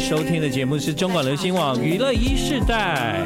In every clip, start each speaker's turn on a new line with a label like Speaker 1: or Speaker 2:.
Speaker 1: 收听的节目是中广流行网娱乐一世代。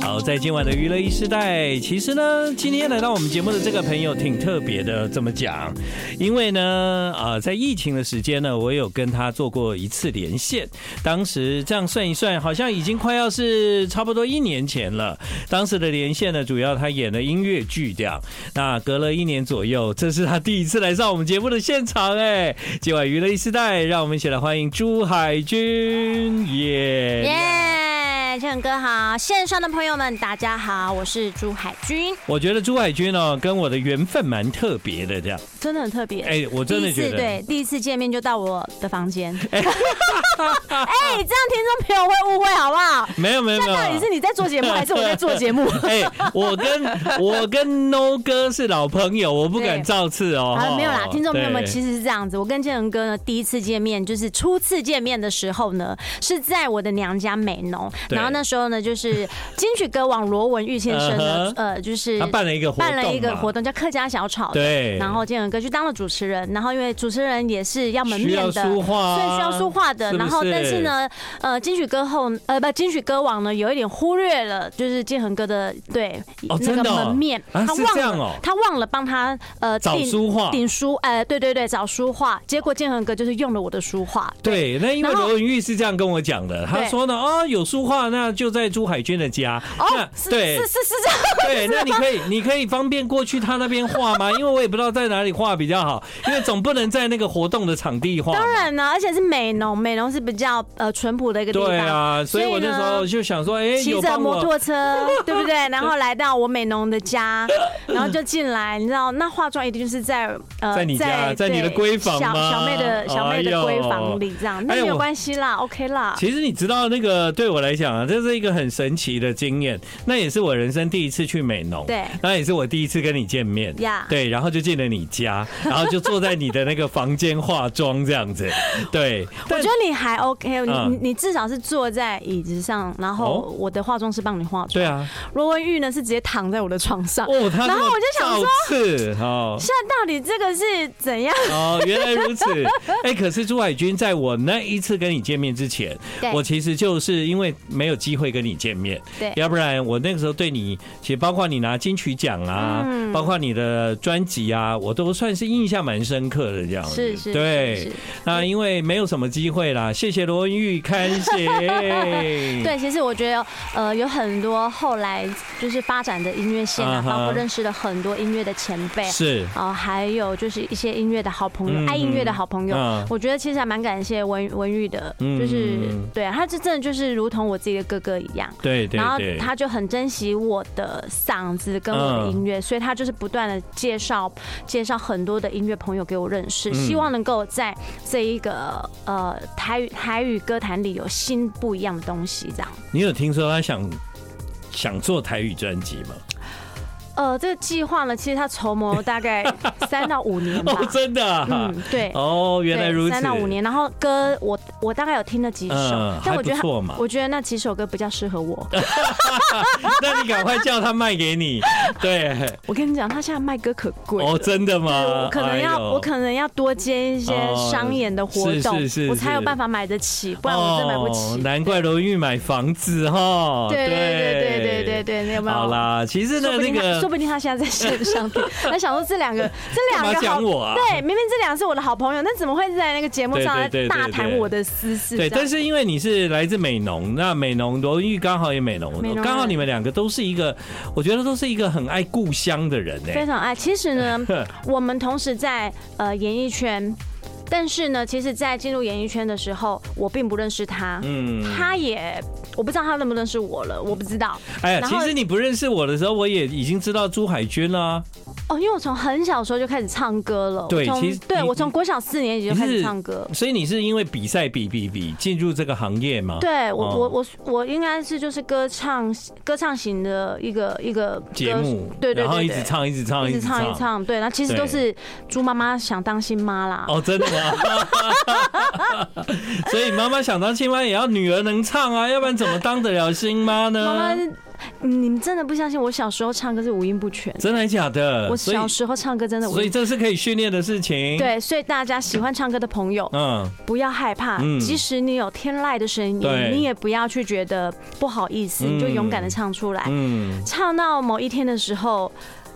Speaker 1: 好，在今晚的娱乐一世代，其实呢，今天来到我们节目的这个朋友挺特别的，这么讲，因为呢，啊、在疫情的时间呢，我有跟他做过一次连线，当时这样算一算，好像已经快要是差不多一年前了。当时的连线呢，主要他演了音乐剧这样，那隔了一年左右，这是他第一次来上我们节目的现场哎。今晚娱乐一世代，让我们一起来欢迎朱海军耶。
Speaker 2: 耶，建哥好，线上的朋友们大家好，我是朱海军，
Speaker 1: 我觉得朱海军哦，跟我的缘分蛮特别的，这样。
Speaker 2: 真的很特别。
Speaker 1: 哎、我真
Speaker 2: 第
Speaker 1: 的
Speaker 2: 一
Speaker 1: 觉
Speaker 2: 次
Speaker 1: 得，
Speaker 2: 对，第一次见面就到我的 房间，哎、这样听众朋友会误会好不好？
Speaker 1: 没有没有没
Speaker 2: 那
Speaker 1: 有。
Speaker 2: 到底是你在做节目，还是我在做节目？
Speaker 1: 哎、我跟 我跟 No 哥是老朋友，我不敢造次 哦。
Speaker 2: 啊，
Speaker 1: 哈
Speaker 2: 没有啦，听众朋友们，
Speaker 1: 对
Speaker 2: 其实是这样子，我跟建仁哥呢第一次见面，就是初次见面的时候呢，是在我的娘家美浓，
Speaker 1: 对
Speaker 2: 然后那时候呢，就是金曲歌王罗文玉先生呢
Speaker 1: 嗯哼，
Speaker 2: 呃，就是
Speaker 1: 他办了一个活动嘛，
Speaker 2: 办了一个活动叫客家小炒，
Speaker 1: 对，
Speaker 2: 然后建仁哥去当了主持人，然后因为主持人也是要门
Speaker 1: 需
Speaker 2: 面
Speaker 1: 要
Speaker 2: 的，
Speaker 1: 书画啊，
Speaker 2: 所以需要书画的。
Speaker 1: 是不
Speaker 2: 然后但是呢，呃，金曲歌后呃不，金曲歌王呢有一点忽略了，就是建恒哥的对、
Speaker 1: 哦
Speaker 2: 那
Speaker 1: 真
Speaker 2: 个
Speaker 1: 的哦
Speaker 2: 门面，
Speaker 1: 啊
Speaker 2: 他
Speaker 1: 是
Speaker 2: 忘
Speaker 1: 这样
Speaker 2: 了、
Speaker 1: 哦
Speaker 2: 他忘了帮他呃
Speaker 1: 找
Speaker 2: 订
Speaker 1: 书画。
Speaker 2: 订书，呃对对对找书画，结果建恒哥就是用了我的书画，
Speaker 1: 对，那因为
Speaker 2: 然后
Speaker 1: 罗文玉是这样跟我讲的，他
Speaker 2: 对
Speaker 1: 说呢，啊、有书画，那就在朱海军的家。
Speaker 2: 哦
Speaker 1: 那
Speaker 2: 是
Speaker 1: 对
Speaker 2: 是是是这样，
Speaker 1: 对，那你可以，你可以方便过去他那边画吗？因为我也不知道在哪里画比较好，因为总不能在那个活动的场地画嘛。
Speaker 2: 当然呢，而且是美浓，美浓是比较呃淳朴的一个地方，
Speaker 1: 对啊，所以我那时候就想说，哎，
Speaker 2: 骑
Speaker 1: 有
Speaker 2: 着
Speaker 1: 帮
Speaker 2: 摩
Speaker 1: 我
Speaker 2: 托车， 对不对？然后来到我美浓的家，然后就进来，你知道，那化妆一定就是在呃，
Speaker 1: 在你家在你的
Speaker 2: 对
Speaker 1: 闺房
Speaker 2: 小
Speaker 1: 吗
Speaker 2: 小妹的小妹的
Speaker 1: 哎呦
Speaker 2: 闺房里这样，那
Speaker 1: 哎呦
Speaker 2: 没有关系啦，OK 啦。
Speaker 1: 其实你知道那个对我来讲啊，这是一个很神奇的经验。那也是我人生第一次去美浓，
Speaker 2: 对
Speaker 1: 那也是我第一次跟你见面
Speaker 2: 呀
Speaker 1: 对，然后就进了你家，然后就坐在你的那个房间化妆这样子，对。
Speaker 2: 我
Speaker 1: 但
Speaker 2: 觉得你还 OK，你
Speaker 1: 嗯
Speaker 2: 你你至少是坐在椅子上，然后
Speaker 1: 哦
Speaker 2: 我的化妆师帮你化
Speaker 1: 对
Speaker 2: 妆。
Speaker 1: 啊，
Speaker 2: 罗文玉呢是直接躺在我的床上，
Speaker 1: 哦，他
Speaker 2: 然后我就想说
Speaker 1: 是哦，
Speaker 2: 现在到底这个是怎样？
Speaker 1: 哦，原来如 此。哎、可是朱海军在我那一次跟你见面之前
Speaker 2: 对，
Speaker 1: 我其实就是因为没有机会跟你见面，
Speaker 2: 对
Speaker 1: 要不然我那个时候对你，其实包括你拿金曲奖啊，
Speaker 2: 嗯
Speaker 1: 包括你的专辑啊，我都算是印象蛮深刻的这样子。
Speaker 2: 是是，
Speaker 1: 对。
Speaker 2: 是是
Speaker 1: 那因为没有什么机会啦，谢谢罗文玉看鞋。
Speaker 2: 对，其实我觉得，呃，有很多后来就是发展的音乐线啊，
Speaker 1: 嗯哼
Speaker 2: 包括认识了很多音乐的前辈，
Speaker 1: 是，
Speaker 2: 哦、还有就是一些音乐的好朋友，
Speaker 1: 嗯
Speaker 2: 爱音乐的好朋友。
Speaker 1: 嗯
Speaker 2: 我觉得其实还蛮感谢文文玉的，
Speaker 1: 嗯
Speaker 2: 就是、
Speaker 1: 嗯
Speaker 2: 对啊，他这真的就是如同我自己的哥哥一样。
Speaker 1: 对对
Speaker 2: 然后
Speaker 1: 对。嗯
Speaker 2: 他就很珍惜我的嗓子跟我的音乐，所以他就是不断的介绍介绍很多的音乐朋友给我认识，
Speaker 1: 嗯
Speaker 2: 希望能够在这一个呃台语台语歌坛里有新不一样的东西，这样。
Speaker 1: 你有听说他想想做台语专辑吗？
Speaker 2: 呃，这个计划呢，其实他筹谋大概三到五年吧
Speaker 1: 哦，。真的、啊。
Speaker 2: 嗯，对。
Speaker 1: 哦，原来
Speaker 2: 对
Speaker 1: 如此。
Speaker 2: 三到五年，然后歌我我大概有听了几首，
Speaker 1: 嗯，还
Speaker 2: 但我
Speaker 1: 不
Speaker 2: 觉得他
Speaker 1: 错嘛。
Speaker 2: 我觉得那几首歌比较适 合我。
Speaker 1: 那你赶快叫他卖给你。对，
Speaker 2: 我跟你讲，他现在卖歌可贵了
Speaker 1: 哦，真的吗？
Speaker 2: 我可能
Speaker 1: 哎
Speaker 2: 要
Speaker 1: 呦
Speaker 2: 我可能要多接一些
Speaker 1: 哦
Speaker 2: 商演的活
Speaker 1: 是
Speaker 2: 动
Speaker 1: 是是，
Speaker 2: 我才有
Speaker 1: 是
Speaker 2: 办法买得起，不然我真买不
Speaker 1: 哦
Speaker 2: 起。
Speaker 1: 难怪罗玉买房子哈。
Speaker 2: 对对对对对对
Speaker 1: 对。
Speaker 2: 对，你有没有？
Speaker 1: 好啦，其实呢
Speaker 2: 说，不
Speaker 1: 那
Speaker 2: 定他，说
Speaker 1: 个
Speaker 2: 不定他现在在线 上听，他想说这两个，这
Speaker 1: 干
Speaker 2: 两
Speaker 1: 嘛
Speaker 2: 个好
Speaker 1: 讲我啊？
Speaker 2: 对，明明这两个是我的好朋友，那怎么会在那个节目上
Speaker 1: 对对对对
Speaker 2: 大谈我的私事？
Speaker 1: 对，
Speaker 2: 这样
Speaker 1: 但是因为你是来自美农，那美农罗玉刚好也美农
Speaker 2: 美，浓
Speaker 1: 刚好
Speaker 2: 人
Speaker 1: 你们两个都是一个，我觉得都是一个很爱故乡的人
Speaker 2: 非
Speaker 1: 哎。
Speaker 2: 常爱。其 实呢，我们同时在呃演艺圈，但是呢，其实，在进入演艺圈的时候，我并不认识他，
Speaker 1: 嗯，
Speaker 2: 他也我不知道他认不认识我了，我不知道。
Speaker 1: 哎呀，
Speaker 2: 然
Speaker 1: 其
Speaker 2: 后
Speaker 1: 实你不认识我的时候，我也已经知道朱海军啦。
Speaker 2: 哦，因为我从很小的时候就开始唱歌了，
Speaker 1: 对
Speaker 2: 我从
Speaker 1: 其实
Speaker 2: 对
Speaker 1: 你
Speaker 2: 我从国小四年级就开
Speaker 1: 你
Speaker 2: 始
Speaker 1: 是
Speaker 2: 唱歌。
Speaker 1: 所以你是因为比赛比比比进入这个行业吗？
Speaker 2: 对我、
Speaker 1: 哦
Speaker 2: 我我我应该是就是歌唱歌唱型的一个一个歌
Speaker 1: 节目，
Speaker 2: 对对对对，
Speaker 1: 然后一直唱，一直唱，
Speaker 2: 一直唱一直。唱，对，那其实
Speaker 1: 对
Speaker 2: 都是猪妈妈想当新妈啦。
Speaker 1: 哦，真的吗？ 所以妈妈想当亲妈，也要女儿能唱啊，要不然怎么当得了新妈
Speaker 2: 妈妈
Speaker 1: 呢？
Speaker 2: 嗯你们真的不相信，我小时候唱歌是五音不全，
Speaker 1: 真的还假的？
Speaker 2: 我
Speaker 1: 呃所以
Speaker 2: 小时候唱歌真的五
Speaker 1: 所以
Speaker 2: 音。
Speaker 1: 这是可以训练的事情。，
Speaker 2: 对，所以大家喜欢唱歌的朋友，
Speaker 1: 嗯，
Speaker 2: 不要害怕，
Speaker 1: 嗯
Speaker 2: 即使你有天籁的声音，
Speaker 1: 对
Speaker 2: 你也不要去觉得不好意思，
Speaker 1: 嗯
Speaker 2: 你就勇敢的唱出来。
Speaker 1: 嗯，
Speaker 2: 唱到某一天的时候，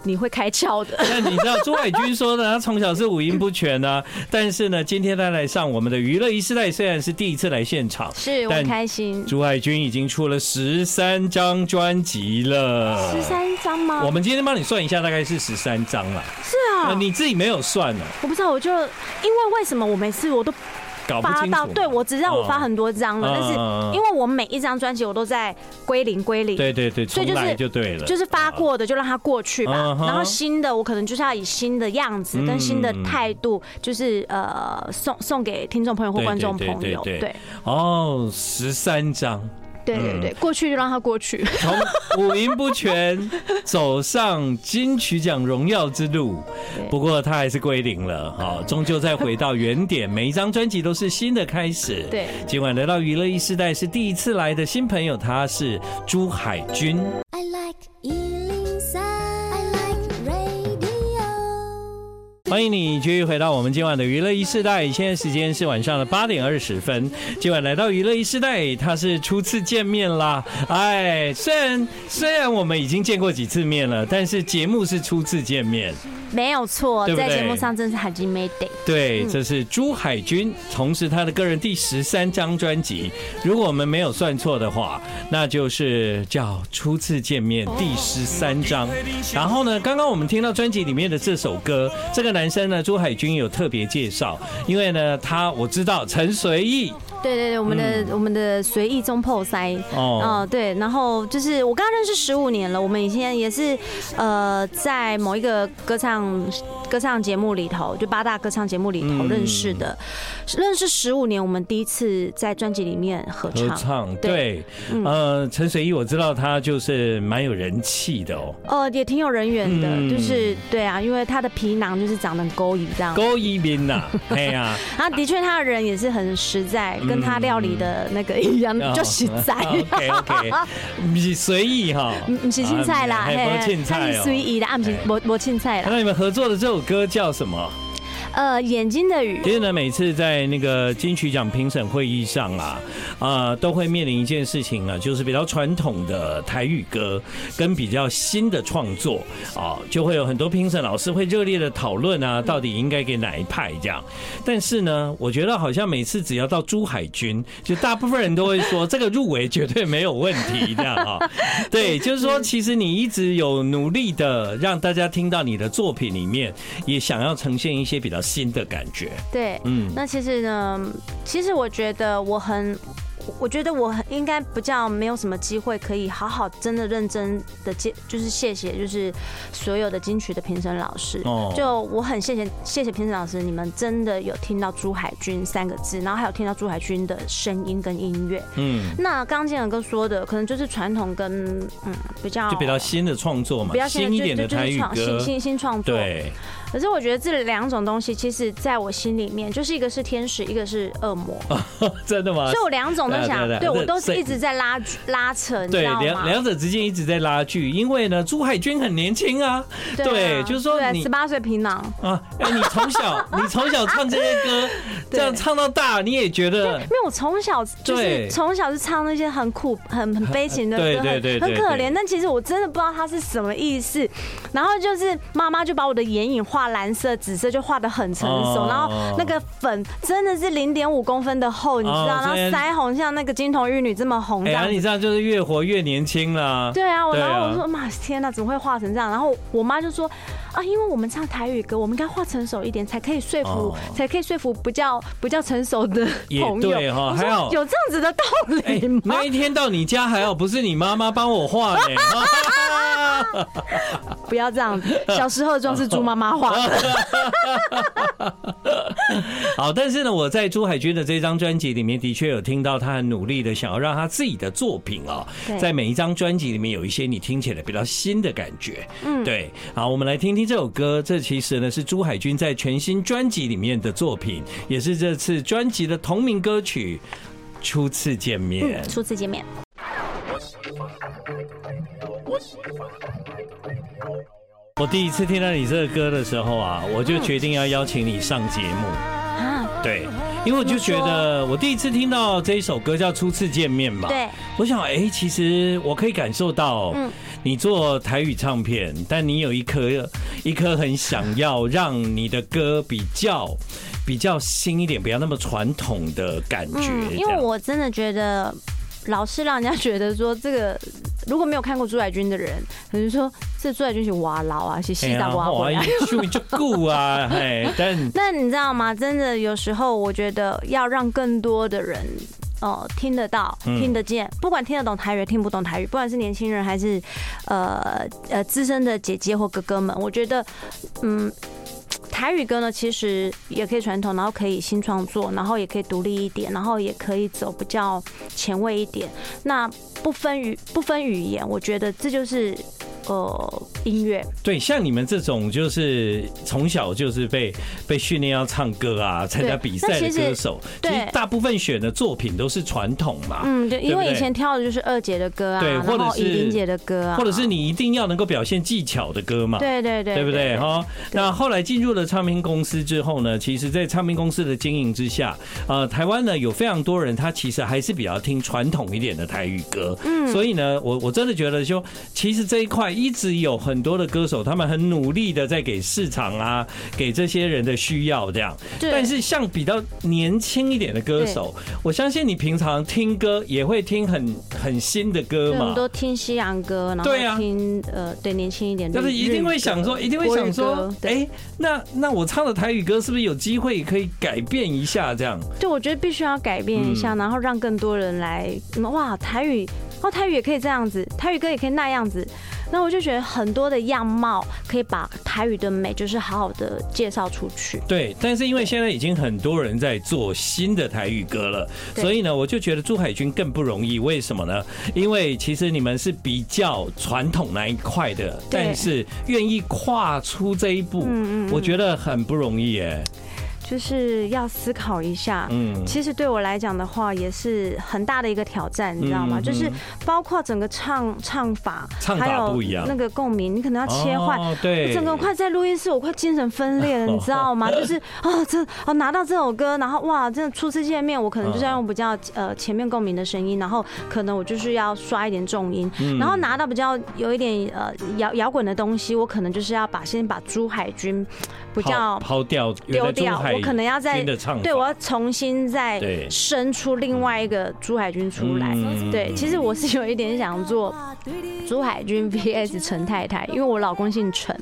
Speaker 2: 你会开窍的。
Speaker 1: 但你知道朱海军说呢，他从小是五音不全呢、 但是呢，今天他来上我们的娱乐一世代，虽然是第一次来现场，
Speaker 2: 是我
Speaker 1: 但
Speaker 2: 很开心。
Speaker 1: 朱海军已经出了十三张专辑了。
Speaker 2: 十。三张吗？
Speaker 1: 呃我们今天帮你算一下，大概是十三张了。
Speaker 2: 是
Speaker 1: 呃
Speaker 2: 啊，
Speaker 1: 你自己没有算哦，
Speaker 2: 我不知道，我就因为为什么我每次我都
Speaker 1: 搞不
Speaker 2: 发
Speaker 1: 清
Speaker 2: 到，
Speaker 1: 楚。
Speaker 2: 对我只知道我发很多张了，
Speaker 1: 嗯，
Speaker 2: 但是
Speaker 1: 但
Speaker 2: 因为我每一张专辑我都在归零归零，
Speaker 1: 对对对，
Speaker 2: 所以
Speaker 1: 重
Speaker 2: 就是
Speaker 1: 来就对了，
Speaker 2: 就是发过的就让它过去吧，
Speaker 1: 嗯哼
Speaker 2: 然后新的我可能就是要以新的样子
Speaker 1: 嗯
Speaker 2: 跟新的态度，就是呃送送给听众朋友或
Speaker 1: 对
Speaker 2: 观众
Speaker 1: 对
Speaker 2: 朋
Speaker 1: 对
Speaker 2: 友，
Speaker 1: 对
Speaker 2: 对
Speaker 1: 对哦，十三张，
Speaker 2: 对对
Speaker 1: 嗯
Speaker 2: 对，过去就让它过去，
Speaker 1: 从五音不全走上金曲奖荣耀之路，
Speaker 2: 对嗯
Speaker 1: 不过他还是归零了，好、终究再回到原点，每一张专辑都是新的开始。
Speaker 2: 对，
Speaker 1: 今晚来到娱乐一世代是第一次来的新朋友，他是朱海军。
Speaker 3: I like Ealing Sound. I like radio.
Speaker 1: 欢迎你继续回到我们今晚的娱乐一世代，现在时间是晚上的八点二十分。今晚来到娱乐一世代，他是初次见面啦。哎，虽然虽然我们已经见过几次面了，但是节目是初次见面。
Speaker 2: 没有错，
Speaker 1: 对嗯不
Speaker 2: 在
Speaker 1: 对
Speaker 2: 节目上真是海基没得。
Speaker 1: 对，
Speaker 2: 嗯
Speaker 1: 这是朱海军，同时他的个人第十三张专辑，如果我们没有算错的话，那就是叫初次见面第十三
Speaker 2: 哦
Speaker 1: 张。然后呢，刚刚我们听到专辑里面的这首歌，这个男生呢，朱海军有特别介绍，因为呢，他我知道陈随意
Speaker 2: 对对对，我们
Speaker 1: 嗯
Speaker 2: 的、我们的随意中破塞，
Speaker 1: 哦
Speaker 2: 哦、对，然后就是我跟他认识十五年了，我们以前也是呃在某一个歌唱歌唱节目里头，就八大歌唱节目里头
Speaker 1: 嗯
Speaker 2: 认识的，认识十五年，我们第一次在专辑里面合
Speaker 1: 合
Speaker 2: 唱，
Speaker 1: 唱，对
Speaker 2: 对，嗯
Speaker 1: 呃，陈随意我知道他就是蛮有人气的哦，
Speaker 2: 呃，也挺有人缘的，
Speaker 1: 嗯
Speaker 2: 就是对啊，因为他的皮囊就是长得很勾引这样，
Speaker 1: 高一斌 呐，哎呀。
Speaker 2: 然后的确他的人也是很实在，跟他料理的那个一
Speaker 1: 嗯
Speaker 2: 样， 就嗯实在。
Speaker 1: OK OK，不是随意哈，
Speaker 2: 唔唔是青菜啦，
Speaker 1: 啊嘿不是青菜
Speaker 2: 它是随
Speaker 1: 哦。
Speaker 2: 意的，啊，不是
Speaker 1: 嘿
Speaker 2: 无无青菜啦。
Speaker 1: 那你们合作的这首歌叫什么？
Speaker 2: 呃，眼睛的雨
Speaker 1: 其，实呢，每次在那个金曲奖评审会议上啊，啊、都会面临一件事情啊，就是比较传统的台语歌跟比较新的创作啊，就会有很多评审老师会热烈的讨论啊，到底应该给哪一派这样。但是呢，我觉得好像每次只要到朱海军，就大部分人都会说 这个入围绝对没有问题这样啊。对，就是说，其实你一直有努力的让大家听到你的作品里面，也想要呈现一些比较新的感觉。
Speaker 2: 对，
Speaker 1: 嗯
Speaker 2: 那其实呢，其实我觉得我很。我觉得我很应该比较没有什么机会可以好好真的认真的接，就是谢谢就是所有的金曲的评审老师
Speaker 1: 哦，
Speaker 2: 就我很谢谢谢谢评审老师，你们真的有听到朱海军三个字，然后还有听到朱海军的声音跟音乐。
Speaker 1: 嗯，
Speaker 2: 那刚刚建仁哥说的，可能就是传统跟嗯比较
Speaker 1: 就比较新的创作嘛
Speaker 2: 比，较
Speaker 1: 新
Speaker 2: 在
Speaker 1: 一点的
Speaker 2: 就就
Speaker 1: 台
Speaker 2: 就是
Speaker 1: 语
Speaker 2: 创新
Speaker 1: 歌，
Speaker 2: 新新创作，
Speaker 1: 对，
Speaker 2: 可是我觉得这两种东西，其实在我心里面，就是一个是天使，一个是恶魔，
Speaker 1: 真的吗
Speaker 2: 所以？我两种都想
Speaker 1: 啊对啊对啊，对啊
Speaker 2: 对我
Speaker 1: 这
Speaker 2: 都
Speaker 1: 这
Speaker 2: 是一直在拉拉扯，你
Speaker 1: 对
Speaker 2: 知，道
Speaker 1: 两
Speaker 2: 吗？
Speaker 1: 两者之间一直在拉锯，因为呢，朱海军很年轻啊，对，就是说你
Speaker 2: 十八岁皮囊，
Speaker 1: 啊，哎，你从 小你从小唱这些歌，这样唱到大，你也觉得
Speaker 2: 因为我从小就
Speaker 1: 对
Speaker 2: 是从小是唱那些很苦、很很悲情的歌，
Speaker 1: 对
Speaker 2: 很
Speaker 1: 对对对
Speaker 2: 很可
Speaker 1: 对
Speaker 2: 怜，但其实我真的不知道它是什么意思。然后就是妈妈就把我的眼影画蓝色、紫色，就画的很成
Speaker 1: 哦
Speaker 2: 熟，然后那个粉真的是零点五公分的厚，你知
Speaker 1: 哦
Speaker 2: 道，然后
Speaker 1: 所以
Speaker 2: 腮红像那个金童玉女这么红，
Speaker 1: 哎
Speaker 2: 这样
Speaker 1: 呀，
Speaker 2: 子
Speaker 1: 你这样就是越活越年轻啦。
Speaker 2: 对啊，我
Speaker 1: 对
Speaker 2: 然后
Speaker 1: 啊
Speaker 2: 我说妈天哪，怎么会画成这样？然后我妈就说啊，因为我们唱台语歌，我们应该画成熟一点，才可以说服，
Speaker 1: 哦
Speaker 2: 才可以说服不叫不叫成熟的
Speaker 1: 也
Speaker 2: 朋友。
Speaker 1: 对哈
Speaker 2: 我说
Speaker 1: 还好
Speaker 2: 有这样子的道
Speaker 1: 哎
Speaker 2: 理，吗？
Speaker 1: 那一天到你家还好，不是你妈妈帮我画的、
Speaker 2: 不要这样子，小时候的妆是猪妈妈画 的，
Speaker 1: 好，但是呢，我在朱海军的这张专辑里面的确有听到他很努力的想要让他自己的作品哦，
Speaker 2: 对
Speaker 1: 在每一张专辑里面有一些你听起来比较新的感觉。嗯，对。好，我们来听听这首歌，这其实呢是朱海军在全新专辑里面的作品，也是这次专辑的同名歌曲。
Speaker 2: 嗯
Speaker 1: 初次见面，
Speaker 2: 初次见面。
Speaker 4: 我
Speaker 1: 我第一次听到你这个歌的时候啊，我就决定要邀请你上节目。
Speaker 2: 啊，
Speaker 1: 对，因为我就觉得我第一次听到这一首歌叫《初次见面》嘛。
Speaker 2: 对，
Speaker 1: 我想，哎、其实我可以感受到，
Speaker 2: 嗯
Speaker 1: 你做台语唱片，但你有一颗一颗很想要让你的歌比较比较新一点，不要那么传统的感觉。
Speaker 2: 嗯，因
Speaker 1: 这
Speaker 2: 为
Speaker 1: 样
Speaker 2: 我真的觉得老是让人家觉得说这个。如果没有看过朱海军的人，可能说这朱海军是挖牢啊，是
Speaker 1: 哎
Speaker 2: 西
Speaker 1: 呀
Speaker 2: 大挖回来。
Speaker 1: 就就顾啊，哎，但
Speaker 2: 那你知道吗？真的有时候我觉得要让更多的人。哦，听得到，
Speaker 1: 嗯
Speaker 2: 听得见，不管听得懂台语，听不懂台语，不管是年轻人还是，呃呃资深的姐姐或哥哥们，我觉得，嗯，台语歌呢，其实也可以传统，然后可以新创作，然后也可以独立一点，然后也可以走比较前卫一点。那不分语不分语言，我觉得这就是呃音乐，
Speaker 1: 对，像你们这种就是从小就是被被训练要唱歌啊，参加比赛的
Speaker 2: 那其实
Speaker 1: 歌手，其
Speaker 2: 对
Speaker 1: 实大部分选的作品都是传统嘛。
Speaker 2: 嗯，对，
Speaker 1: 对
Speaker 2: 因
Speaker 1: 不
Speaker 2: 为以
Speaker 1: 对
Speaker 2: 前挑的就是二姐的歌啊，
Speaker 1: 对或者
Speaker 2: 然后
Speaker 1: 是
Speaker 2: 以琳姐的歌啊，
Speaker 1: 或者是你一定要能够表现技巧的歌嘛，
Speaker 2: 对对对，
Speaker 1: 对不哦对？哈，那后来进入了唱片公司之后呢，其实，在唱片公司的经营之下，呃，台湾呢有非常多人，他其实还是比较听传统一点的台语歌，嗯，所以呢，我我真的觉得就其实这一块一直有很多的歌手，他们很努力的在给市场啊，给这些人的需要这样，
Speaker 2: 对
Speaker 1: 但是像比较年轻一点的歌手，我相信你平常听歌也会听很很新的歌
Speaker 2: 对，我
Speaker 1: 嘛
Speaker 2: 们，都听西洋歌，然
Speaker 1: 对啊
Speaker 2: 后听呃，对年轻一点的
Speaker 1: 但
Speaker 2: 日，
Speaker 1: 是一定会想说，
Speaker 2: 日
Speaker 1: 一定会想
Speaker 2: 国
Speaker 1: 说
Speaker 2: 语歌，
Speaker 1: 哎、
Speaker 2: 对
Speaker 1: 那那我唱的台语歌是不是有机会可以改变一下这样？
Speaker 2: 对，我觉得必须要改变一下，
Speaker 1: 嗯
Speaker 2: 然后让更多人来，嗯哇，台语，哦，台语也可以这样子，台语歌也可以那样子。那我就觉得很多的样貌可以把台语的美，就是好好的介绍出去。
Speaker 1: 对，但是因为现在已经很多人在做新的台语歌了，
Speaker 2: 对
Speaker 1: 所以呢，我就觉得朱海军更不容易。为什么呢？因为其实你们是比较传统那一块的，
Speaker 2: 对
Speaker 1: 但是愿意跨出这一步，
Speaker 2: 嗯嗯嗯
Speaker 1: 我觉得很不容易耶。
Speaker 2: 就是要思考一下。
Speaker 1: 嗯，
Speaker 2: 其实对我来讲的话，也是很大的一个挑战，你知道吗？
Speaker 1: 嗯
Speaker 2: 就是包括整个唱唱法，
Speaker 1: 唱法
Speaker 2: 还有
Speaker 1: 不一样
Speaker 2: 那个共鸣，你可能要切换。
Speaker 1: 哦、对，
Speaker 2: 整个快在录音室，我快精神分 裂了，你知道吗？就是啊，这哦拿到这首歌，然后哇，真的初次见面，我可能就是要用比较呃前面共鸣的声音，然后可能我就是要刷一点重音，
Speaker 1: 嗯
Speaker 2: 然后拿到比较有一点呃摇摇滚的东西，我可能就是要把先把朱海军比较
Speaker 1: 抛抛掉
Speaker 2: 丢掉，我可能要
Speaker 1: 在
Speaker 2: 再
Speaker 1: 的唱法
Speaker 2: 对，我要重新再
Speaker 1: 对
Speaker 2: 生出另外一个朱海军出来。
Speaker 1: 嗯
Speaker 2: 对，其实我是有一点想做朱海军 VS 陈太太，因为我老公姓陈，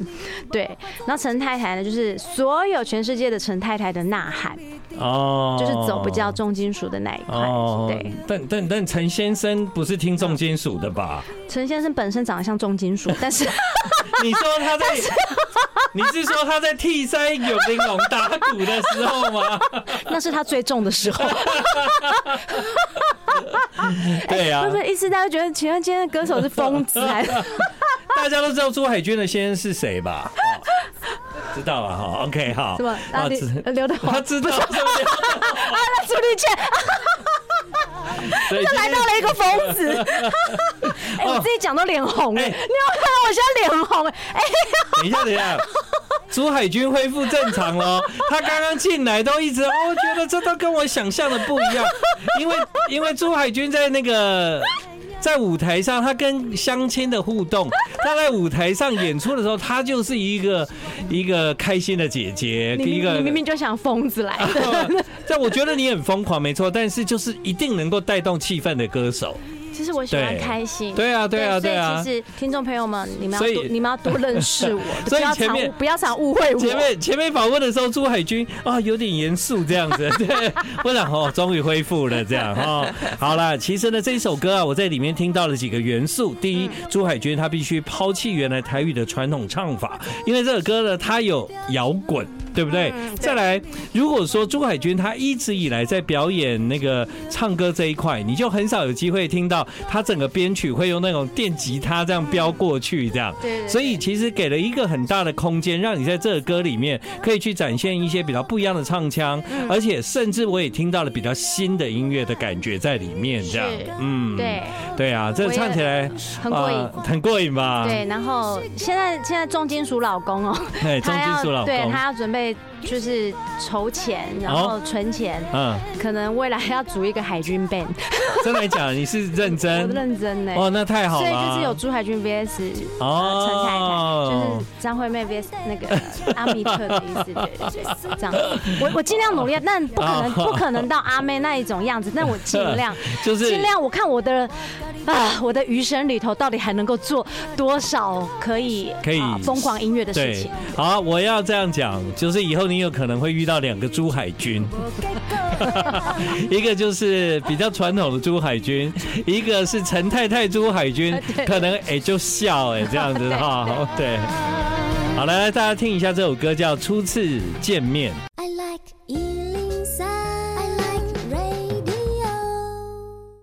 Speaker 2: 对。然后陈太太呢，就是所有全世界的陈太太的呐喊，
Speaker 1: 哦，
Speaker 2: 就是走比较重金属的那一块。哦对，，
Speaker 1: 但但但陈先生不是听重金属的 吧？
Speaker 2: 陈先生本身长得像重 金属，但是
Speaker 1: 你说他在， 你是说他在替三有玲珑打鼓的时候 吗？
Speaker 2: 那是他最重的 时候。
Speaker 1: 对啊
Speaker 2: 会哎不，会一时大家觉得，请问今天的歌手是疯子还是？
Speaker 1: 大家都知道朱海军的先生是谁吧？ 哦知道了哈，OK 好，
Speaker 2: 什么？啊，
Speaker 1: 知
Speaker 2: 你刘 德华
Speaker 1: 他知道是不是？
Speaker 2: 那朱丽倩
Speaker 1: 所以今
Speaker 2: 来
Speaker 1: 天
Speaker 2: 到了一个疯子， 哎，我自己讲都脸红哎，
Speaker 1: 哎
Speaker 2: 你有看到我现在脸红哎，哎，
Speaker 1: 等一下，等一下，朱海军恢复正常了。他刚刚进来都一直，哦，我觉得这都跟我想象的不一样，因为因为朱海军在那个。在舞台上，他跟相亲的互动，他在舞台上演出的时候，他就是一个一个开心的姐姐，
Speaker 2: 你
Speaker 1: 一
Speaker 2: 明
Speaker 1: 个
Speaker 2: 你明 明就想疯子来的，
Speaker 1: 但我觉得你很疯狂，没错，但是就是一定能够带动气氛的歌手。
Speaker 2: 其实我喜欢
Speaker 1: 对
Speaker 2: 开心。
Speaker 1: 对啊，对啊，
Speaker 2: 所以
Speaker 1: 对啊。
Speaker 2: 其实听众朋友们，你们
Speaker 1: 所
Speaker 2: 要
Speaker 1: 以
Speaker 2: 多你们要多 认识我，
Speaker 1: 所以
Speaker 2: 不要
Speaker 1: 前
Speaker 2: 常
Speaker 1: 面
Speaker 2: 误不要常误会我。
Speaker 1: 前面前面访问的时候，朱海军啊有点严肃这样 子，对，我想哦，终于恢复了这样哦。好啦，其实呢这一首歌啊，我在里面听到了几个元素。第一，朱海军他必须抛弃原来台语的传统唱法，因为这首歌呢它有摇滚。对不对？
Speaker 2: 嗯
Speaker 1: 再来，如果说朱海军他一直以来在表演那个唱歌这一块，你就很少有机会听到到他整个编曲会用那种电吉他这样飙过去，这样。
Speaker 2: 对对
Speaker 1: 所以其实给了一个很大的空间，让你在这个歌里面可以去展现一些比较不一样的唱腔，
Speaker 2: 嗯
Speaker 1: 而且甚至我也听到了比较新的音乐的感觉在里面，这样
Speaker 2: 是。
Speaker 1: 嗯，
Speaker 2: 对，
Speaker 1: 对啊，这
Speaker 2: 我也
Speaker 1: 唱起来
Speaker 2: 很过瘾。
Speaker 1: 呃很过瘾吧？
Speaker 2: 对，然后现在现在重金属老公哦，
Speaker 1: 嘿，中
Speaker 2: 他
Speaker 1: 哎金属
Speaker 2: 要
Speaker 1: 老
Speaker 2: 对
Speaker 1: 公，
Speaker 2: 他要准备就是筹钱，然
Speaker 1: 哦
Speaker 2: 后存钱，
Speaker 1: 嗯，
Speaker 2: 可能未来要组一个海军 band，
Speaker 1: 真的假的？你是认
Speaker 2: 我
Speaker 1: 真？
Speaker 2: 认真呢。
Speaker 1: 哦，那太好哦
Speaker 2: 所
Speaker 1: 了
Speaker 2: 以
Speaker 1: 啊。
Speaker 2: 就是有朱海军 VS 呃陈太太，就
Speaker 1: 哦
Speaker 2: 是张惠妹 VS 那个阿密特的意思，对对对，这样。我我尽量努力，但不可能
Speaker 1: 哦
Speaker 2: 不可能到阿妹那一种样子，但我尽量
Speaker 1: 就是
Speaker 2: 尽量，我看我的啊我的余生里头到底还能够做多少可以
Speaker 1: 可以
Speaker 2: 啊疯狂音乐的事
Speaker 1: 对
Speaker 2: 情。，
Speaker 1: 好，我要这样讲，就是以后你有可能会遇到两个朱海军，一个就是比较传统的朱海军，一个是陈太太朱海 军，可能哎、就笑哎、这样子哈，对。好来，大家听一下这首歌叫《初次见面》。
Speaker 3: I like Ealing Sound. I like radio.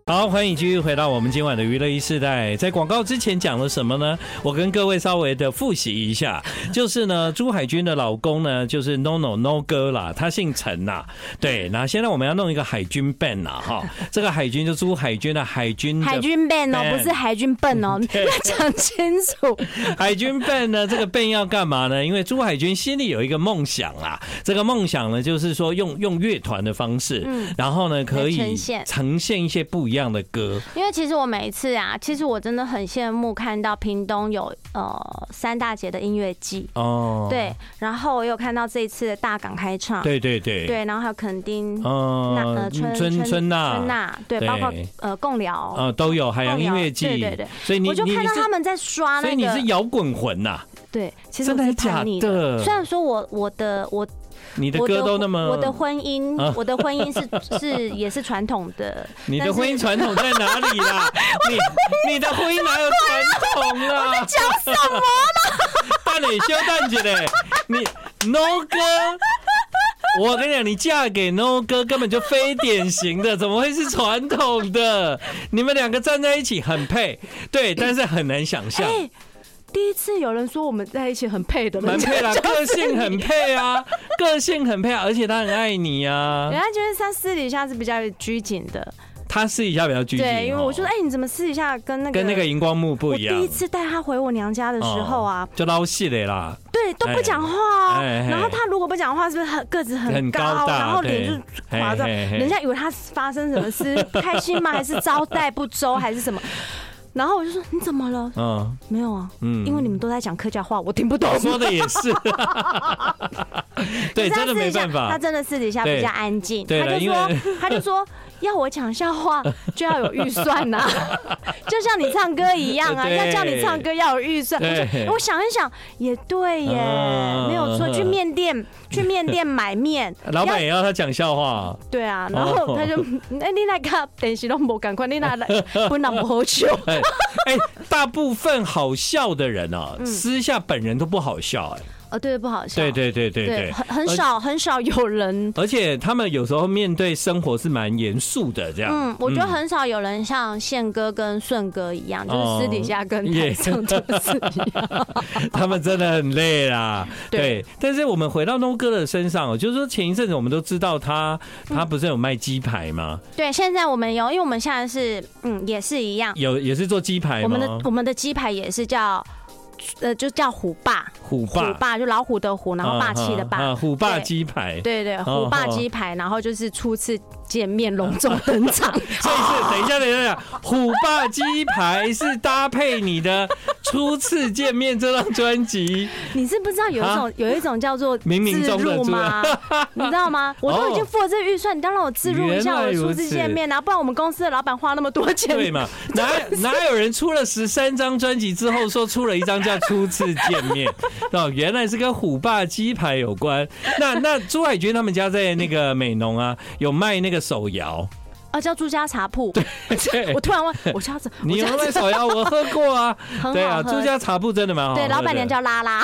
Speaker 1: 好，欢迎继续回到我们今晚的娱乐一世代。在广告之前讲了什么呢？我跟各位稍微的复习一下，就是呢，朱海军的老公呢，就是 No No No 哥啦，他姓陈呐、对，那现在我们要弄一个海军 band 啦，哈，这个海军就朱海军的啊海军的
Speaker 2: 海军 band 哦，
Speaker 1: band
Speaker 2: 不是海军笨哦，
Speaker 1: 嗯 对
Speaker 2: 要 讲清楚。
Speaker 1: 海军 band 呢，这个 band 要干嘛呢？因为朱海军心里有一个梦想啦，这个梦想呢，就是说用用乐团的方式，然后呢可以
Speaker 2: 嗯来呈现
Speaker 1: 呈现一些不一样的歌，
Speaker 2: 因为其实我每一次啊，其实我真的很羡慕看到屏东有呃三大节的音乐季，
Speaker 1: 哦，
Speaker 2: 对，然后我有看到这一次的大港开唱，
Speaker 1: 对对对。
Speaker 2: 对，然后还有垦丁、那
Speaker 1: 哦
Speaker 2: 呃，春
Speaker 1: 春春娜，
Speaker 2: 春娜，对，
Speaker 1: 对
Speaker 2: 包括呃贡寮，
Speaker 1: 呃，都有海洋音乐季，
Speaker 2: 对对对
Speaker 1: 所以你
Speaker 2: 我就
Speaker 1: 你
Speaker 2: 看
Speaker 1: 你
Speaker 2: 到他
Speaker 1: 是，
Speaker 2: 们在刷
Speaker 1: 所以
Speaker 2: 那
Speaker 1: 你是
Speaker 2: 个，
Speaker 1: 摇滚魂呐、
Speaker 2: 对，其实
Speaker 1: 真
Speaker 2: 我
Speaker 1: 的
Speaker 2: 是
Speaker 1: 还假
Speaker 2: 叛逆的。
Speaker 1: 的？
Speaker 2: 虽然说我我的我
Speaker 1: 你的
Speaker 2: 我
Speaker 1: 歌都那么，
Speaker 2: 我的婚姻
Speaker 1: 啊
Speaker 2: 我的婚姻是 是也是传统的，
Speaker 1: 你的
Speaker 2: 但是
Speaker 1: 婚姻传统在哪里 啦？你你的婚姻哪有传统啦？
Speaker 2: 讲什么？
Speaker 1: 蛋磊修蛋姐嘞，你 No 哥。我跟你讲，你嫁给 No 哥根本就非典型的，怎么会是传统的？你们两个站在一起很配，对，但是很难想象。
Speaker 2: 哎，第一次有人说我们在一起很配的，
Speaker 1: 蛮配 啦，
Speaker 2: 人家
Speaker 1: 个性很配啊，个性很配啊，而且他很爱你啊
Speaker 2: 人。家觉得他私底下是比较拘谨的，
Speaker 1: 他私底下比较拘谨哦，
Speaker 2: 对，因为我说，哎、你怎么私底下跟那个
Speaker 1: 跟那个荧光幕不
Speaker 2: 我
Speaker 1: 一样。
Speaker 2: 第一次带他回我娘家的时候啊，
Speaker 1: 哦就捞戏的啦，
Speaker 2: 对，都不讲话啊。
Speaker 1: 哎哎
Speaker 2: 然后他如果不讲话，是不是很个子很
Speaker 1: 很
Speaker 2: 高，
Speaker 1: 高大
Speaker 2: 然后
Speaker 1: 对
Speaker 2: 脸就垮着，
Speaker 1: 嘿嘿嘿
Speaker 2: 人家以为他发生什么事，不开心吗？还是招待不周，还是什么？然后我就说你怎么了？
Speaker 1: 嗯
Speaker 2: 没有啊，
Speaker 1: 嗯
Speaker 2: 因为你们都在讲客家话，我听不懂。
Speaker 1: 说的也是，对，真
Speaker 2: 可是他
Speaker 1: 的
Speaker 2: 私底
Speaker 1: 没
Speaker 2: 下
Speaker 1: 办
Speaker 2: 他
Speaker 1: 法。
Speaker 2: 真的私底下比较安静，
Speaker 1: 对
Speaker 2: 他
Speaker 1: 对
Speaker 2: 就
Speaker 1: 了
Speaker 2: 说
Speaker 1: 因
Speaker 2: 他就说 要我讲笑话就要有预算呐、 就像你唱歌一样啊，
Speaker 1: 对
Speaker 2: 要叫你唱歌要有预算。
Speaker 1: 对
Speaker 2: 我就我想一想，也对耶，
Speaker 1: 嗯，
Speaker 2: 没有错。去面店去面店买面
Speaker 1: 老板也哦要他讲笑话，
Speaker 2: 要对啊，然后他就 哎、你那个等时都无赶快，你 那来不那么好笑。
Speaker 1: 哎哎，大部分好笑的人啊，私下本人都不好笑，哎，
Speaker 2: 哦，对，不嗯好笑。
Speaker 1: 对对对对
Speaker 2: 对，
Speaker 1: 对，
Speaker 2: 很很
Speaker 1: 而
Speaker 2: 少很少有人。
Speaker 1: 而且他们有时候面对生活是蛮严肃的，这样。
Speaker 2: 嗯，我觉得很少有人像宪哥跟顺哥一样，就是私底下跟
Speaker 1: 哦
Speaker 2: 台
Speaker 1: 也
Speaker 2: 上都是 一样。
Speaker 1: 他们真的很累啦。
Speaker 2: 对
Speaker 1: 对，但是我们回到 No 哥的身上哦，就是说前一阵子我们都知道他，
Speaker 2: 嗯
Speaker 1: 他不是有卖鸡排吗？
Speaker 2: 对，现在我们有，因为我们现在是，嗯，也是一样，
Speaker 1: 有也是做鸡排
Speaker 2: 我们的
Speaker 1: 吗？
Speaker 2: 我们的鸡排也是叫，呃，就叫虎爸，
Speaker 1: 虎
Speaker 2: 虎
Speaker 1: 爸，
Speaker 2: 爸就老虎的虎，然后霸气的
Speaker 1: 啊啊
Speaker 2: 霸，
Speaker 1: 虎爸
Speaker 2: 对
Speaker 1: 鸡排。
Speaker 2: 对对，
Speaker 1: 哦
Speaker 2: 虎爸鸡排，然后就是初次见面隆重登 场，
Speaker 1: 这一次，等一下，等一下，虎爸鸡排是搭配你的初次见面这张专辑，
Speaker 2: 你是不知道有一种有一种叫做
Speaker 1: 冥冥啊中的啊哦
Speaker 2: 自入吗？ 你知道吗？我都已经付了这个预算，你当然让我自入一下我
Speaker 1: 原来
Speaker 2: 的
Speaker 1: 如
Speaker 2: 初
Speaker 1: 此
Speaker 2: 次见面，然后不然我们公司的老板花那么多钱，
Speaker 1: 对嘛？哪哪有人出了十三张专辑之后说出了一张叫《初次见面》 哦，原来是跟虎爸鸡排有关。那那朱海军他们家在那个美浓啊，有卖那个手摇。
Speaker 2: 啊，叫朱家茶铺。
Speaker 1: 对
Speaker 2: 我，突然问，我叫怎？
Speaker 1: 你有
Speaker 2: 我
Speaker 1: 没
Speaker 2: 叫
Speaker 1: 有
Speaker 2: 怎
Speaker 1: 卖手摇？我喝过 啊。
Speaker 2: 很
Speaker 1: 对
Speaker 2: 好
Speaker 1: 啊，
Speaker 2: 喝。
Speaker 1: 朱家哦茶铺真的蛮好喝
Speaker 2: 对，
Speaker 1: 的。
Speaker 2: 老板娘叫 拉拉，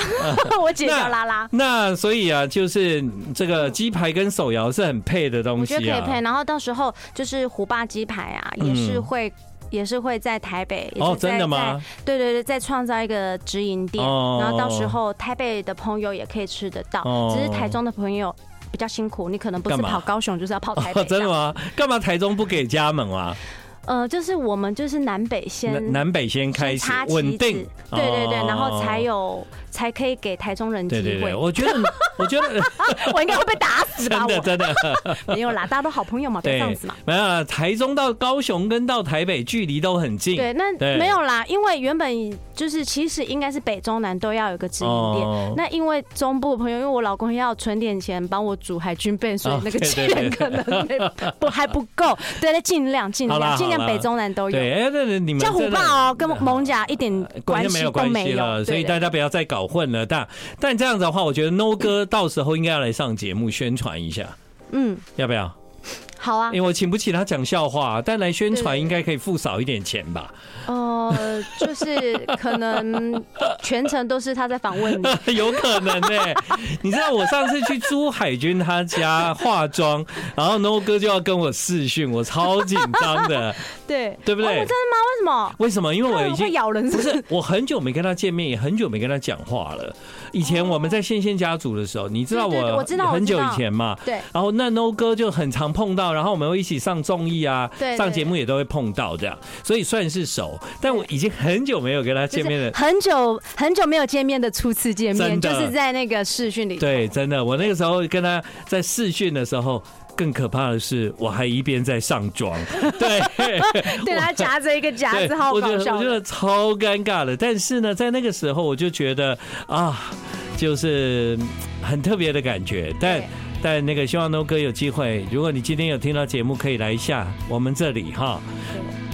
Speaker 2: 我姐叫拉拉。
Speaker 1: 那所以啊，就是这个鸡排跟手摇是很配的东
Speaker 2: 我
Speaker 1: 西
Speaker 2: 觉得可以
Speaker 1: 啊
Speaker 2: 配，。然后到时候就是虎爸鸡排啊，
Speaker 1: 嗯
Speaker 2: 也是会也是会在台北。也是
Speaker 1: 哦，
Speaker 2: 在
Speaker 1: 真的吗？
Speaker 2: 在对对对，再创造一个直营店，
Speaker 1: 哦
Speaker 2: 然后到时候台北的朋友也可以吃得到，
Speaker 1: 哦
Speaker 2: 只是台中的朋友。比较辛苦，你可能不是
Speaker 1: 干嘛
Speaker 2: 跑高雄，就是要跑台 北、
Speaker 1: 哦真的？吗？干嘛台中不给加盟啊？
Speaker 2: 呃，就是我们就是南北先
Speaker 1: 南南北先开始
Speaker 2: 先插旗
Speaker 1: 稳定
Speaker 2: 子，对对对，
Speaker 1: 哦
Speaker 2: 然后才有才可以给台中人机
Speaker 1: 对对
Speaker 2: 会。
Speaker 1: 对，我觉得我觉得
Speaker 2: 我应该会被打死吧？
Speaker 1: 真的
Speaker 2: 我
Speaker 1: 真的
Speaker 2: 没有啦，大家都好朋友嘛，不要这样
Speaker 1: 对
Speaker 2: 子嘛。，
Speaker 1: 没有啊台中到高雄跟到台北距离都很近，
Speaker 2: 对，那
Speaker 1: 对
Speaker 2: 没有啦，因为原本就是其实应该是北中南都要有一个直营店。
Speaker 1: 哦
Speaker 2: 那因为中部的朋友，因为我老公要存点钱帮我煮海军贝，所以
Speaker 1: 哦
Speaker 2: 那个
Speaker 1: 对对
Speaker 2: 钱
Speaker 1: 对
Speaker 2: 可能没不 还不够，对，那尽量尽
Speaker 1: 好啦
Speaker 2: 量尽量
Speaker 1: 好啦
Speaker 2: 北中南都有，
Speaker 1: 对，哎，那那你们
Speaker 2: 叫虎
Speaker 1: 真的
Speaker 2: 豹哦，跟蒙甲一点关
Speaker 1: 就没
Speaker 2: 系
Speaker 1: 有
Speaker 2: 都
Speaker 1: 关
Speaker 2: 没
Speaker 1: 系
Speaker 2: 有，
Speaker 1: 了，所以
Speaker 2: 对
Speaker 1: 大家不要再搞混了。但但这样子的话，我觉得 No 哥到时候应该要来上节目宣传一下，
Speaker 2: 嗯，
Speaker 1: 要不要？
Speaker 2: 好啊
Speaker 1: 因，为我请不起他讲笑话，但来宣
Speaker 2: 对
Speaker 1: 传
Speaker 2: 对
Speaker 1: 应该可以付少一点钱吧？
Speaker 2: 呃，就是可能全程都是他在访问你，
Speaker 1: 有可能呢、你知道我上次去朱海军他家化妆，然后 No 哥就要跟我试训，我超紧张的。
Speaker 2: 对
Speaker 1: 对不对
Speaker 2: 哦真的吗？为什么？
Speaker 1: 为什么？因为我已
Speaker 2: 会
Speaker 1: 经
Speaker 2: 咬人，是不是？
Speaker 1: 我很久没跟他见面，也很久没跟他讲话了。以前我们在线线家族的时候，你知道
Speaker 2: 对对对
Speaker 1: 我
Speaker 2: 我知道我知道
Speaker 1: 很久以前嘛，
Speaker 2: 对
Speaker 1: 然后那 No 哥就很常碰到，然后我们会一起上综艺啊
Speaker 2: 对，对
Speaker 1: 上节目也都会碰到这样，所以算是熟。但我已经很久没有跟他见面了。
Speaker 2: 很久很久没有见面的初次见
Speaker 1: 真
Speaker 2: 面，
Speaker 1: 的
Speaker 2: 就是在那个视讯 里。
Speaker 1: 对，真的，我那个时候跟他在试训的时候，更可怕的是，我还一边在上 妆。对，
Speaker 2: 对，他夹着一个夹
Speaker 1: 对，
Speaker 2: 子，好
Speaker 1: 我觉
Speaker 2: 搞
Speaker 1: 得
Speaker 2: 笑
Speaker 1: 我觉
Speaker 2: 的。
Speaker 1: 得超尴尬的。但是呢，在那个时候我就觉得啊，就是嗯很特别的感觉。但
Speaker 2: 对
Speaker 1: 但那个希望 No 哥有机会，如果你今天有听到节目，可以来一下我们这里哈。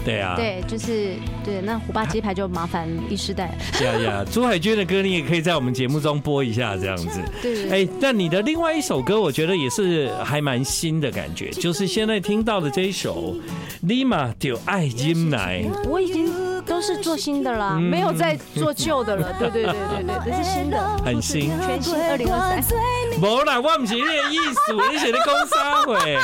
Speaker 1: 对啊，
Speaker 2: 对，就是对，那虎爸鸡排就麻烦一世代。
Speaker 1: 呀呀，朱海军的歌你也可以在我们节目中播一下，这样子。
Speaker 2: 对对对，
Speaker 1: 哎，那你的另外一首歌，我觉得也是还蛮新的感觉，就是现在听到的这一首《立马就爱金来》。
Speaker 2: 我已经都是做新的啦，
Speaker 1: 嗯
Speaker 2: 没有在做旧的了。对对对对对，这是 新的。
Speaker 1: 很新
Speaker 2: 全新2023
Speaker 1: 无啦，我唔是你的意思，你写的公啥 会？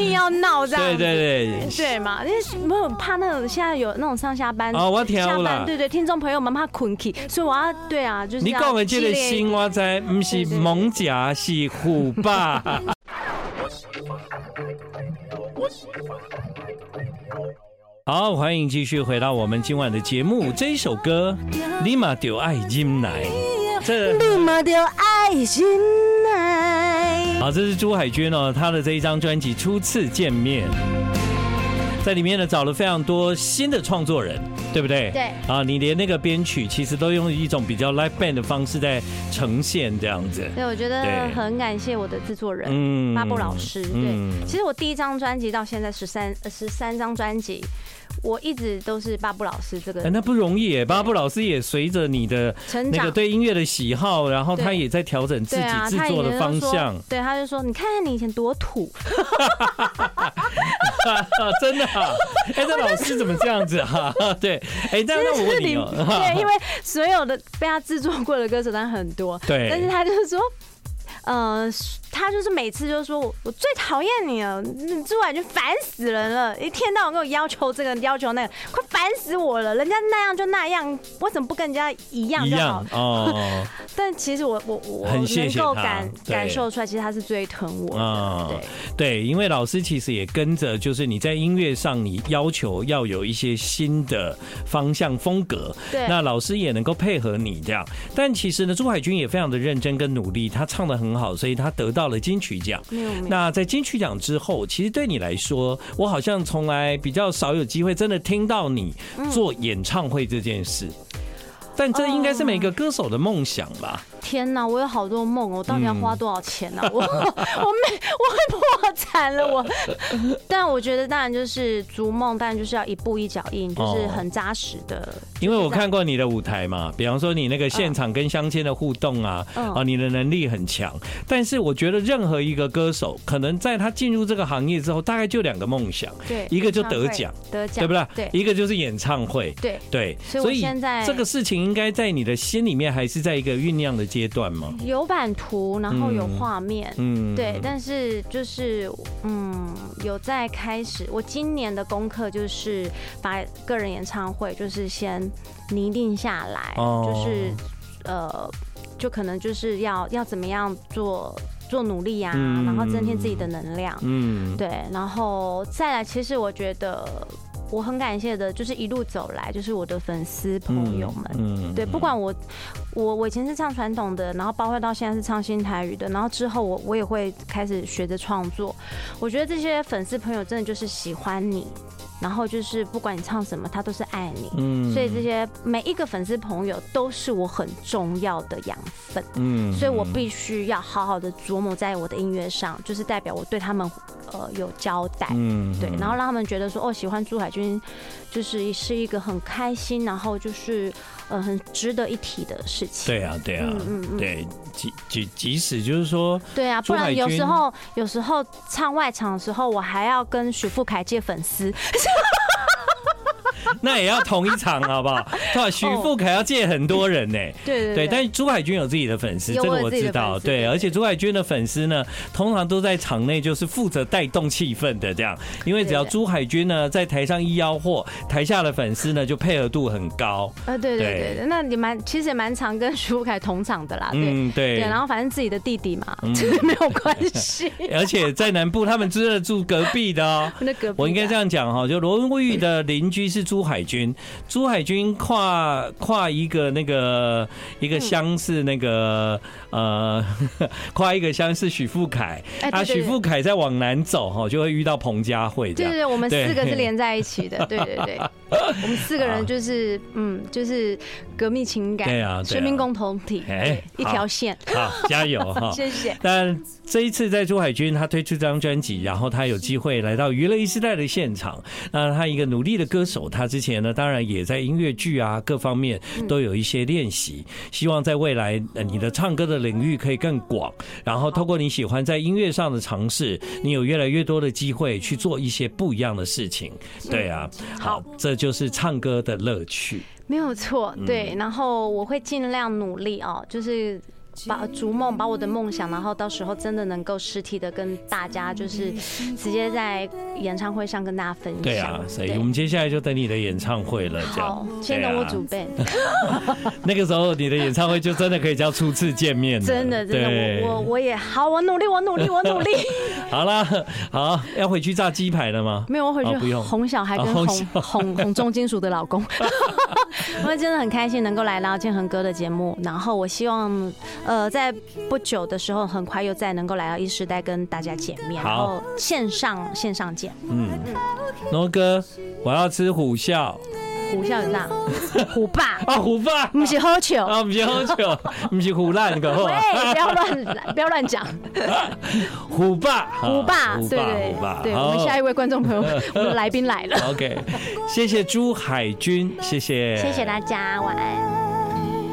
Speaker 2: 硬要闹这样
Speaker 1: 对
Speaker 2: 子。
Speaker 1: 对对，
Speaker 2: 对嘛？因为没有怕那种现在有那种上下班
Speaker 1: 哦我听有啦
Speaker 2: 下班对对，听众朋友们怕困起，所以我要对啊，就是
Speaker 1: 你
Speaker 2: 要
Speaker 1: 讲的这
Speaker 2: 激
Speaker 1: 个
Speaker 2: 烈一
Speaker 1: 新我知，唔是猛甲，是虎爸。 好，欢迎继续回到我们今晚的节目。这一首歌《立马丢爱金来》，这
Speaker 2: 立马就爱心来。
Speaker 1: 好，这是朱海军哦，他的这一张专辑《初次见面》，在里面呢找了非常多新的创作人，对不对？
Speaker 2: 对
Speaker 1: 啊，你连那个编曲其实都用一种比较 live band 的方式在呈现这样子。
Speaker 2: 对，我觉得
Speaker 1: 对
Speaker 2: 很感谢我的制作人
Speaker 1: 嗯
Speaker 2: 巴布老师。
Speaker 1: 嗯
Speaker 2: 对，其实我第一张专辑到现在十三十三张专辑，我一直都是巴布老师这个
Speaker 1: 哎，那不容易耶，巴布老师也随着你的
Speaker 2: 成
Speaker 1: 那
Speaker 2: 长
Speaker 1: 个。对音乐的喜好，然后他
Speaker 2: 对
Speaker 1: 也在调整自
Speaker 2: 对
Speaker 1: 己
Speaker 2: 啊，
Speaker 1: 制
Speaker 2: 他以
Speaker 1: 作
Speaker 2: 前
Speaker 1: 的方
Speaker 2: 就说
Speaker 1: 向，
Speaker 2: 对，他就说：“你看看你以前多土，
Speaker 1: 真的、啊。哎，那老师怎么这样子啊？ 对，哎， 那那我
Speaker 2: 就是
Speaker 1: 问
Speaker 2: 你
Speaker 1: 你 哦，
Speaker 2: 对，因为所有的被他制作过的歌手当然很多，
Speaker 1: 对
Speaker 2: 但是他就是说。呃，他就是每次就说我我最讨厌你了，你朱婉君烦死人了，一天到晚跟我要求这个要求那个，快烦死我了！人家那样就那样，为什么不跟人家一样
Speaker 1: 一
Speaker 2: 就好
Speaker 1: 样？哦。
Speaker 2: 但其实我我我
Speaker 1: 很谢
Speaker 2: 能
Speaker 1: 谢
Speaker 2: 够
Speaker 1: 他
Speaker 2: 感
Speaker 1: 对
Speaker 2: 感受出来，其实他是最疼我
Speaker 1: 啊
Speaker 2: 的，对。
Speaker 1: 对，因为老师其实也跟着，就是你在音乐上，你要求要有一些新的方向风格，
Speaker 2: 对
Speaker 1: 那老师也能够配合你这样。但其实呢，朱海军也非常的认真跟努力，他唱的很好，所以他得到了金曲奖。
Speaker 2: 没有没有
Speaker 1: 那在金曲奖之后，其实对你来说，我好像从来比较少有机会真的听到你
Speaker 2: 嗯
Speaker 1: 做演唱会这件事。但这应该是
Speaker 2: 哦
Speaker 1: 每个歌手的梦想吧？
Speaker 2: 天哪，我有好多梦哦，我到底要花多少钱
Speaker 1: 嗯
Speaker 2: 呢、我 我没我会破产了我。 但我觉得当然就是逐梦，当然就是要一步一脚印，就是很扎实的。
Speaker 1: 因为我看过你的舞台嘛，比方说你那个现场跟乡亲的互动啊，
Speaker 2: 嗯
Speaker 1: 啊，你的能力很强。但是我觉得任何一个歌手，可能在他进入这个行业之后，大概就两个梦想，
Speaker 2: 对，
Speaker 1: 一个就得奖，
Speaker 2: 得奖
Speaker 1: 对不对？
Speaker 2: 对
Speaker 1: 一个就是演唱会，
Speaker 2: 对。
Speaker 1: 对，
Speaker 2: 所以我现在
Speaker 1: 这个事情应该在你的心里面还是在一个酝酿的阶段嘛。
Speaker 2: 有版图，然后有
Speaker 1: 嗯
Speaker 2: 画面，
Speaker 1: 嗯，
Speaker 2: 对，但是就是嗯，有在开始。我今年的功课就是把个人演唱会就是先拟定下来，
Speaker 1: 哦
Speaker 2: 就是呃，就可能就是要要怎么样做做努力呀、
Speaker 1: 嗯
Speaker 2: 然后增添自己的能量。
Speaker 1: 嗯，
Speaker 2: 对，然后再来，其实我觉得我很感谢的，就是一路走来，就是我的粉丝朋友们，
Speaker 1: 嗯
Speaker 2: 对，不管我我我以前是唱传统的，然后包括到现在是唱新台语的，然后之后我我也会开始学着创作。我觉得这些粉丝朋友真的就是喜欢你，然后就是不管你唱什么，他都是爱你。
Speaker 1: 嗯
Speaker 2: 所以这些每一个粉丝朋友都是我很重要的养分，
Speaker 1: 嗯
Speaker 2: 所以我必须要好好的琢磨在我的音乐上，就是代表我对他们呃有交代。
Speaker 1: 嗯
Speaker 2: 对，然后让他们觉得说，哦，喜欢朱海军，就是是一个很开心，然后就是呃很值得一提的事情。
Speaker 1: 对啊，对啊，
Speaker 2: 嗯嗯嗯
Speaker 1: 对，即即即使就是说，
Speaker 2: 对啊，
Speaker 1: 朱
Speaker 2: 不
Speaker 1: 海
Speaker 2: 然有
Speaker 1: 军
Speaker 2: 时候有时候唱外场的时候，我还要跟许富凯借 粉丝，
Speaker 1: 那也要同一场，好不 好？对吧？徐富凯要借很多人呢、
Speaker 2: 哦对
Speaker 1: 对，但是朱海军有自己的粉丝，这
Speaker 2: 有
Speaker 1: 个
Speaker 2: 我有
Speaker 1: 我
Speaker 2: 自己
Speaker 1: 知
Speaker 2: 的
Speaker 1: 道。
Speaker 2: 粉丝对
Speaker 1: 对，
Speaker 2: 对
Speaker 1: 而且朱海军的粉丝呢，通常都在场内就是负责带动气氛的这样，因为只要
Speaker 2: 对对
Speaker 1: 朱海军呢在台上一吆喝，台下的粉丝呢就配合度很高。
Speaker 2: 呃对对
Speaker 1: 对
Speaker 2: 对对，那你蛮其实也蛮常跟许富凯同场的啦，啊对。
Speaker 1: 嗯，对。嗯
Speaker 2: 对，然后反正自己的弟弟嘛，这 个没有关 系。
Speaker 1: 而且在南部，他们真的住隔壁的哦。
Speaker 2: 那隔壁
Speaker 1: 我应该
Speaker 2: 的
Speaker 1: 这样讲哈，就罗文玉的邻居是朱海军，朱海军跨跨一个那个一个乡是那个、呃， 跨一个乡是许富凯，
Speaker 2: 哎
Speaker 1: 啊，
Speaker 2: 对对
Speaker 1: 许
Speaker 2: 对
Speaker 1: 富凯再往南走哈，就会遇到彭佳慧这
Speaker 2: 对
Speaker 1: 样。
Speaker 2: 对对，我们
Speaker 1: 对
Speaker 2: 四个是连在一起的，对对 对，我们四个人就是嗯，就是革命情感，
Speaker 1: 对啊对啊
Speaker 2: 生命共同体，
Speaker 1: 哎
Speaker 2: 对一条线。！
Speaker 1: 好，加油哈
Speaker 2: 谢谢。
Speaker 1: 但这一次在朱海军他推出这张专辑，然后他有机会来到娱乐一时代的现场。那他一个努力的歌手，他之前呢，当然也在音乐剧啊各方面都有一些练习。希望在未来，呃你的唱歌的领域可以更广，然后透过你喜欢在音乐啊上的尝试，你有越来越多的机会去做一些不一样的事情。对啊，好，这就是唱歌的乐趣。
Speaker 2: 没有错，
Speaker 1: 嗯
Speaker 2: 对，然后我会尽量努力哦，就是把逐梦，把我的梦想，然后到时候真的能够实体的跟大家，就是直接在演唱会上跟大家分享。
Speaker 1: 对啊，所以
Speaker 2: 对
Speaker 1: 我们接下来就等你的演唱会了。这
Speaker 2: 好
Speaker 1: 样，，
Speaker 2: 先等
Speaker 1: 对
Speaker 2: 我
Speaker 1: 啊
Speaker 2: 准备。
Speaker 1: 那个时候你的演唱会就真的可以叫初次见面了，
Speaker 2: 真的，真
Speaker 1: 对
Speaker 2: 的，我我我也好，我努力，我努力，我努力。
Speaker 1: 好啦，好要回去炸鸡排了吗？
Speaker 2: 没有，我回
Speaker 1: 哦不
Speaker 2: 去
Speaker 1: 用
Speaker 2: 哄小孩
Speaker 1: 哦
Speaker 2: 跟
Speaker 1: 哄
Speaker 2: 哄
Speaker 1: 小孩
Speaker 2: 哄哄重金属的老 公。因为真的很开心能够来到建恒哥的节目，然后我希望呃在不久的时候，很快又再能够来到一时代跟大家见面，
Speaker 1: 好
Speaker 2: 然后线上线上见。
Speaker 1: 嗯，罗哥，我要吃虎啸
Speaker 2: 虎校长， 虎爸，
Speaker 1: 啊，虎爸
Speaker 2: 不是喝酒。
Speaker 1: 啊，不是喝酒，不是虎烂个
Speaker 2: 喂，不要乱不要乱讲，
Speaker 1: 虎爸，
Speaker 2: 虎爸，
Speaker 1: 啊
Speaker 2: 对
Speaker 1: 虎爸，虎爸，哦
Speaker 2: 对对，我们下一位观众朋友，我们来宾来了，
Speaker 1: 好 OK，谢谢朱海军，谢谢，
Speaker 2: 谢谢大家，晚安。